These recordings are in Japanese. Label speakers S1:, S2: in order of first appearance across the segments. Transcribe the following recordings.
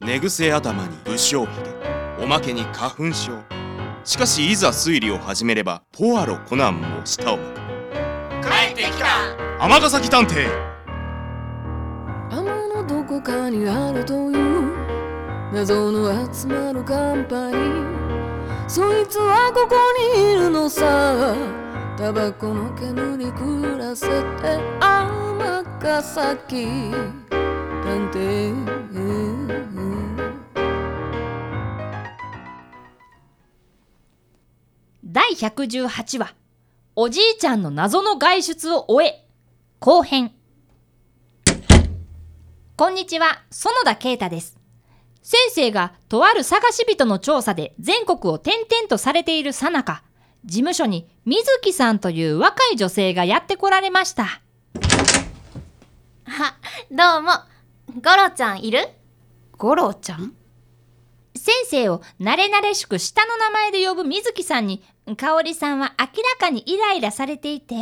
S1: 寝癖頭に不祥髭おまけに花粉症しかしいざ推理を始めればポアロコナンも舌を巻
S2: 帰
S1: く
S2: ってきた
S1: 尼崎探偵
S3: 天のどこかにあるという謎の集まるカンパニーそいつはここにいるのさタバコの煙に暮らせて天ヶ崎探偵
S4: 第118話おじいちゃんの謎の外出を終え後編こんにちは園田啓太です先生がとある探し人の調査で全国を転々とされているさなか事務所に水木さんという若い女性がやってこられました
S5: あ、どうも。ゴロちゃんいる
S4: ゴロちゃん先生を慣れ慣れしく下の名前で呼ぶ水木さんに香織さんは明らかにイライラされていて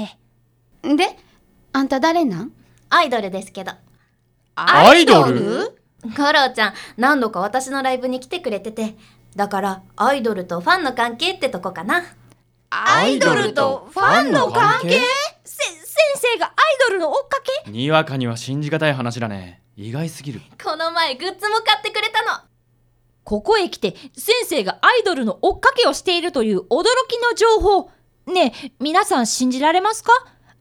S6: であんた誰なん
S5: アイドルですけど。
S1: アイドル
S5: ゴロちゃん、何度か私のライブに来てくれてて。だから、アイドルとファンの関係ってとこかな。
S4: ア
S1: イドルとファンの関係
S4: せ先生がアイドルの追っかけ
S7: にわかには信じがたい話だね意外すぎる
S5: この前、グッズも買ってくれたの。
S4: ここへ来て先生がアイドルの追っかけをしているという驚きの情報ねえ皆さん信じられますか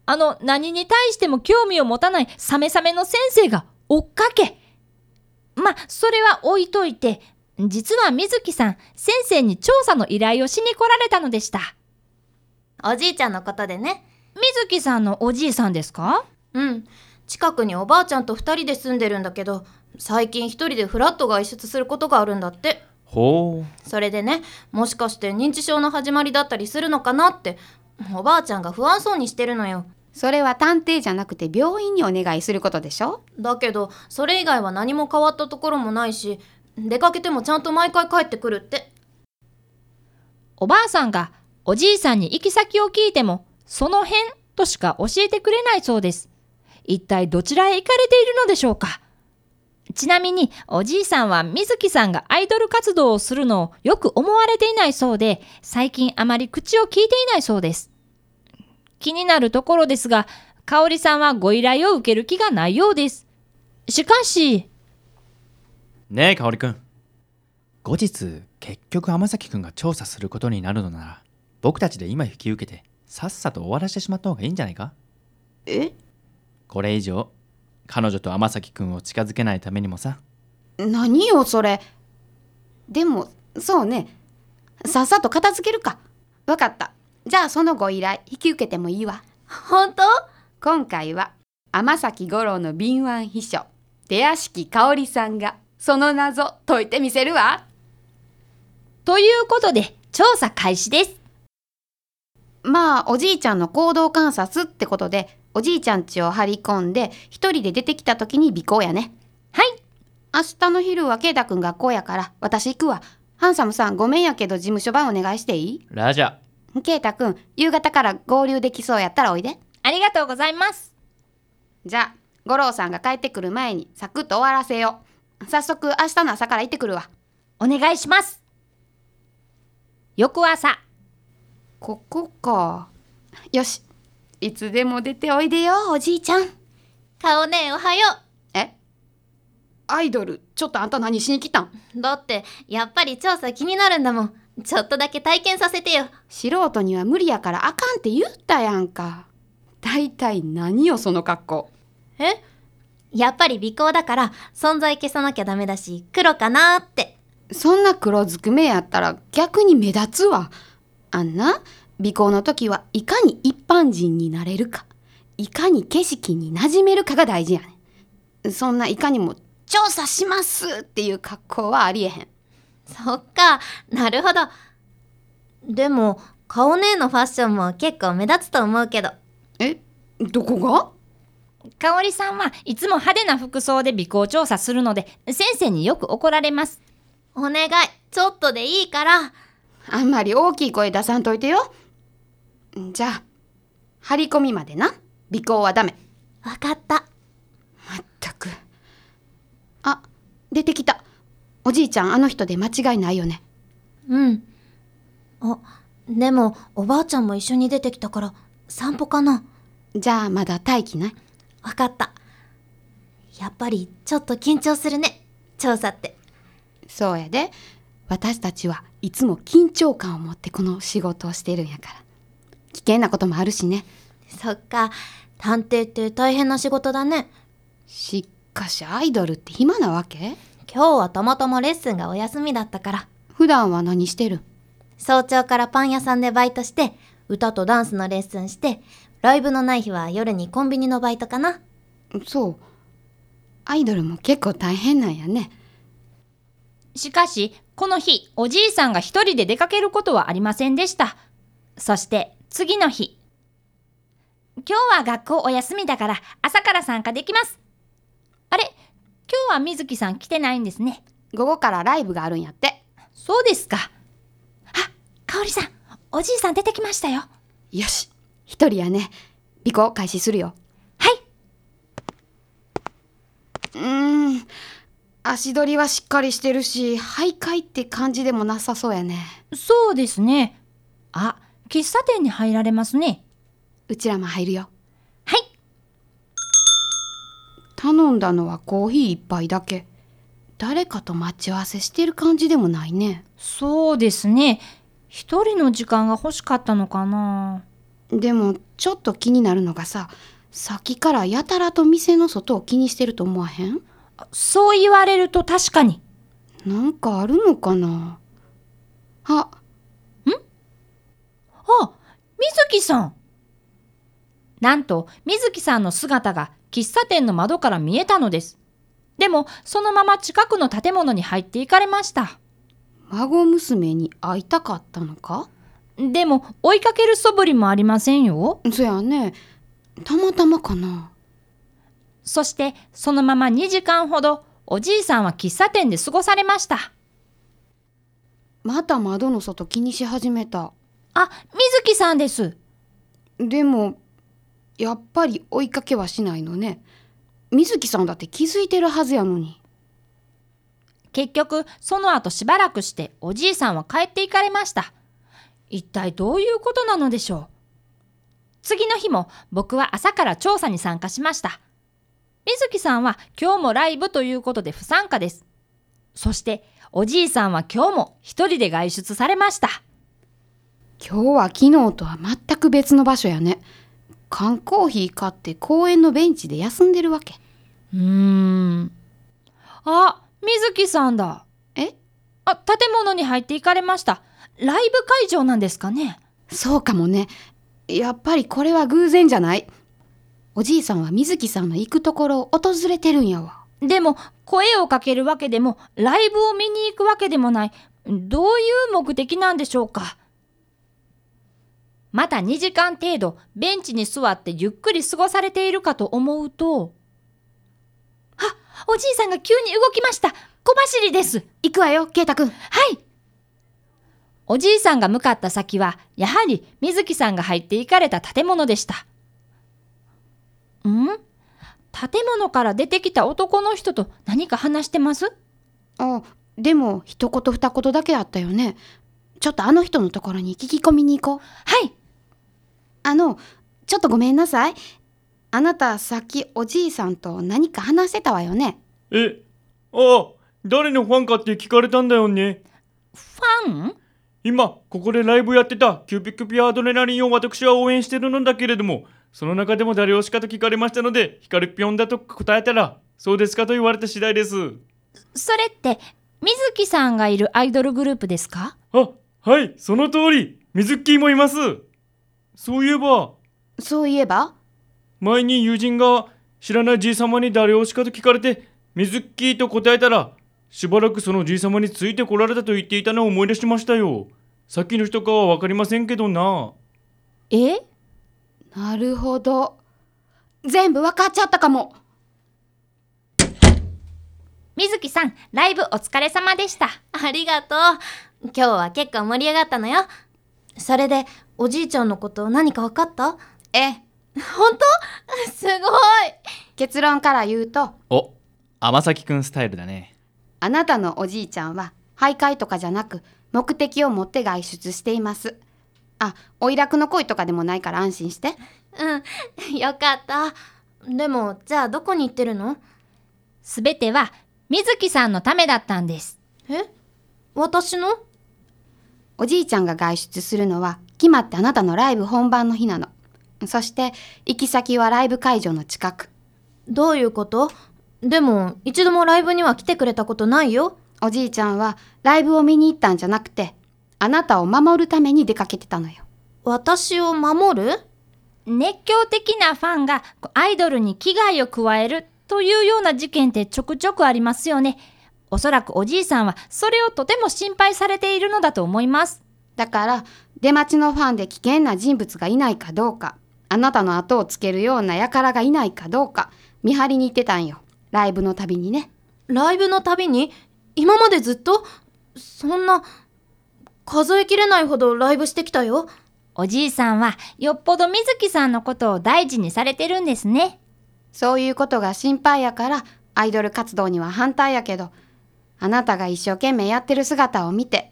S4: あの何に対しても興味を持たないサメサメの先生が追っかけまあそれは置いといて実は水木さん先生に調査の依頼をしに来られたのでした
S5: おじいちゃんのことでね。
S4: 水木さんのおじいさんですか
S5: うん。近くにおばあちゃんと二人で住んでるんだけど、最近一人でフラット外出することがあるんだって。
S7: ほう
S5: それでね、もしかして認知症の始まりだったりするのかなって、おばあちゃんが不安そうにしてるのよ。
S6: それは探偵じゃなくて病院にお願いすることでしょ
S5: だけどそれ以外は何も変わったところもないし出かけてもちゃんと毎回帰ってくるって
S4: おばあさんがおじいさんに行き先を聞いても、その辺としか教えてくれないそうです。一体どちらへ行かれているのでしょうかちなみにおじいさんは水木さんがアイドル活動をするのをよく思われていないそうで、最近あまり口を聞いていないそうです。気になるところですが、香織さんはご依頼を受ける気がないようです。しかし、
S7: ねえ香織くん後日結局天崎くんが調査することになるのなら僕たちで今引き受けてさっさと終わらしてしまった方がいいんじゃないか
S6: え
S7: これ以上彼女と天崎くんを近づけないためにもさ
S6: 何よそれでもそうねさっさと片付けるかわかったじゃあそのご依頼引き受けてもいいわ
S5: 本当
S6: 今回は天崎五郎の敏腕秘書出屋敷香織さんがその謎解いてみせるわ
S4: ということで調査開始です。
S6: まあおじいちゃんの行動観察ってことでおじいちゃん家を張り込んで一人で出てきた時に尾行やね
S4: はい、
S6: 明日の昼は圭太くん学校やから私行くわハンサムさんごめんやけど事務所番お願いしていい
S7: ラジャ
S6: ケイタくん、夕方から合流できそうやったらおいで。
S4: ありがとうございます。
S6: じゃあ、五郎さんが帰ってくる前にサクッと終わらせよう。早速明日の朝から行ってくるわ。
S4: お願いします翌朝
S6: ここか。よし。いつでも出ておいでよ、おじいちゃん。
S5: 顔ねおはよ
S6: えアイドル、ちょっとあんた何しに来たん
S5: うだってやっぱり調査気になるんだもんちょっとだけ体験させてよ
S6: 素人には無理やからあかんって言ったやんか。大体何よ、その格好。
S5: えやっぱり尾行だから存在消さなきゃダメだし黒かなーって
S6: そんな黒ずくめやったら逆に目立つわ。あんな、尾行の時はいかに一般人になれるか、いかに景色に馴染めるかが大事やねん。そんないかにも調査しますっていう格好はありえへん。
S5: そっかなるほどでも顔ねのファッションも結構目立つと思うけど
S6: え、どこが
S4: 香織さんはいつも派手な服装で尾行調査するので先生によく怒られます
S5: お願いちょっとでいいから
S6: あんまり大きい声出さんといてよ。じゃあ、張り込みまでな。尾行はダメ。
S5: わかった
S6: まったく。あ、出てきた。おじいちゃんあの人で間違いないよね
S5: うん。あ、でも、おばあちゃんも一緒に出てきたから、散歩かな。
S6: じゃあまだ待機ない
S5: わかった。やっぱり、ちょっと緊張するね。調査って。
S6: そうやで私たちはいつも緊張感を持ってこの仕事をしてるんやから危険なこともあるしね
S5: そっか。探偵って大変な仕事だね。
S6: しかしアイドルって暇なわけ
S5: 今日はたまたまレッスンがお休みだったから。
S6: 普段は何してるん
S5: 早朝からパン屋さんでバイトして、歌とダンスのレッスンして、ライブのない日は夜にコンビニのバイトかな。
S6: そうアイドルも結構大変なんやね
S4: しかし、この日、おじいさんが一人で出かけることはありませんでした。そして、次の日。今日は学校お休みだから、朝から参加できます。あれ、今日は水木さん来てないんですね。
S6: 午後からライブがあるんやって
S4: そうですか。あ、かおりさん、おじいさん出てきましたよ。は
S6: よし一人やね尾行開始するよ
S4: い、
S6: うーん足取りはしっかりしてるし徘徊って感じでもなさそうやね
S4: そうですね。あ、喫茶店に入られますね。
S6: うちらも入るよ
S4: はい。
S6: 頼んだのはコーヒー一杯だけ誰かと待ち合わせしてる感じでもないね
S4: そうですね。一人の時間が欲しかったのかな。
S6: でもちょっと気になるのがささっきからやたらと店の外を気にしてると思わへん
S4: そう言われると確かに。
S6: なんかあるのかなあ
S4: あ、水木さん。なんと、水木さんの姿が喫茶店の窓から見えたのです。でも、そのまま近くの建物に入っていかれました。
S6: 孫娘に会いたかったのか
S4: でも、追いかける素振りもありませんよ。
S6: そやねたまたまかな
S4: そして、そのまま2時間ほど、おじいさんは喫茶店で過ごされました。
S6: また窓の外気にし始めた
S4: あ、水木さんです。
S6: でもやっぱり追いかけはしないのね水木さんだって気づいてるはずやのに
S4: 結局、その後しばらくして、おじいさんは帰って行かれました。一体どういうことなのでしょう。次の日も、僕は朝から調査に参加しました。水木さんは今日もライブということで不参加です。そして、おじいさんは今日も一人で外出されました。
S6: 今日は昨日とは全く別の場所やね缶コーヒー買って公園のベンチで休んでるわけ
S4: うーん。あ、水木さんだ。
S6: え
S4: あ、建物に入って行かれました。ライブ会場なんですかね
S6: そうかもねやっぱりこれは偶然じゃないおじいさんは水木さんの行くところを訪れてるんやわ
S4: でも、声をかけるわけでも、ライブを見に行くわけでもない。どういう目的なんでしょうかまた2時間程度、ベンチに座ってゆっくり過ごされているかと思うと、あ、おじいさんが急に動きました。小走りです。
S6: 行くわよ圭太くん
S4: はいおじいさんが向かった先は、やはり水木さんが入っていかれた建物でした。ん建物から出てきた男の人と何か話してます
S6: あでも一言二言だけだったよねちょっとあの人のところに聞き込みに行こう
S4: はい
S6: あのちょっとごめんなさいあなたさっきおじいさんと何か話してたわよね
S8: え、ああ、誰のファンかって聞かれたんだよね。
S4: ファン
S8: 今、ここでライブやってたキューピックピアアドレナリンを私は応援してるのだけれども、その中でも誰をしかと聞かれましたので、ヒカルピョンだと答えたら、そうですかと言われた次第です。
S4: それって、水木さんがいるアイドルグループですか
S8: あ、はい、その通り、水木もいます。そういえば、
S6: そういえば
S8: 前に友人が知らないじい様に誰をしかと聞かれて、水木と答えたら、しばらくそのじい様についてこられたと言っていたのを思い出しましたよ。先の人かはわかりませんけどな。
S4: え
S6: なるほど全部わかっちゃったかも
S4: 水木さん、ライブお疲れ様でした。
S5: ありがとう。今日は結構盛り上がったのよ。それで、おじいちゃんのこと何か分かった
S6: ええ
S5: 本当すごい
S6: 結論から言うと
S7: お、天崎くんスタイルだね。
S6: あなたのおじいちゃんは徘徊とかじゃなく目的を持って外出していますあおいらくの恋とかでもないから安心して
S5: うん、よかった。でも、じゃあどこに行ってるの
S4: すべては水木さんのためだったんです。
S5: え私の
S6: おじいちゃんが外出するのは決まってあなたのライブ本番の日なのそして行き先はライブ会場の近く
S5: どういうことでも、一度もライブには来てくれたことないよ。
S6: おじいちゃんはライブを見に行ったんじゃなくてあなたを守るために出かけてたのよ
S5: 私を守る
S4: 熱狂的なファンがこうアイドルに危害を加えるというような事件ってちょくちょくありますよね。おそらくおじいさんはそれをとても心配されているのだと思います。
S6: だから出待ちのファンで危険な人物がいないかどうかあなたの後をつけるような輩がいないかどうか見張りに行ってたんよライブのたびにね
S5: ライブのたびに今までずっとそんな、数えきれないほどライブしてきたよ。
S4: おじいさんはよっぽど水木さんのことを大事にされてるんですね。
S6: そういうことが心配やからアイドル活動には反対やけどあなたが一生懸命やってる姿を見て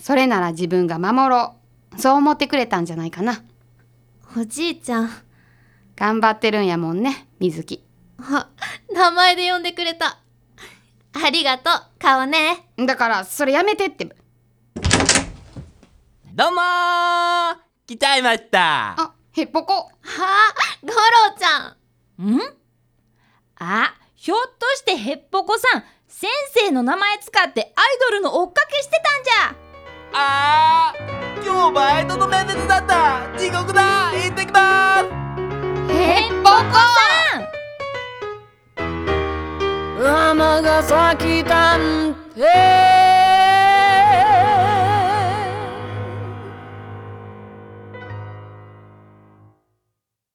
S6: それなら自分が守ろうそう思ってくれたんじゃないかな
S5: おじいちゃん。
S6: 頑張ってるんやもんね水木
S5: あ、名前で呼んでくれた。ありがとう、顔ね。
S6: だからそれやめてって
S9: どうもー来ちゃいました
S6: あへっぽこ
S5: はあ、ゴロちゃん。
S4: んあ、ひょっとしてヘッポコさん、先生の名前使ってアイドルの追っかけしてたんじゃ
S9: あー今日バイトの面接だった地獄だ行ってきまーす
S4: ヘッポコさん
S3: 尼崎探偵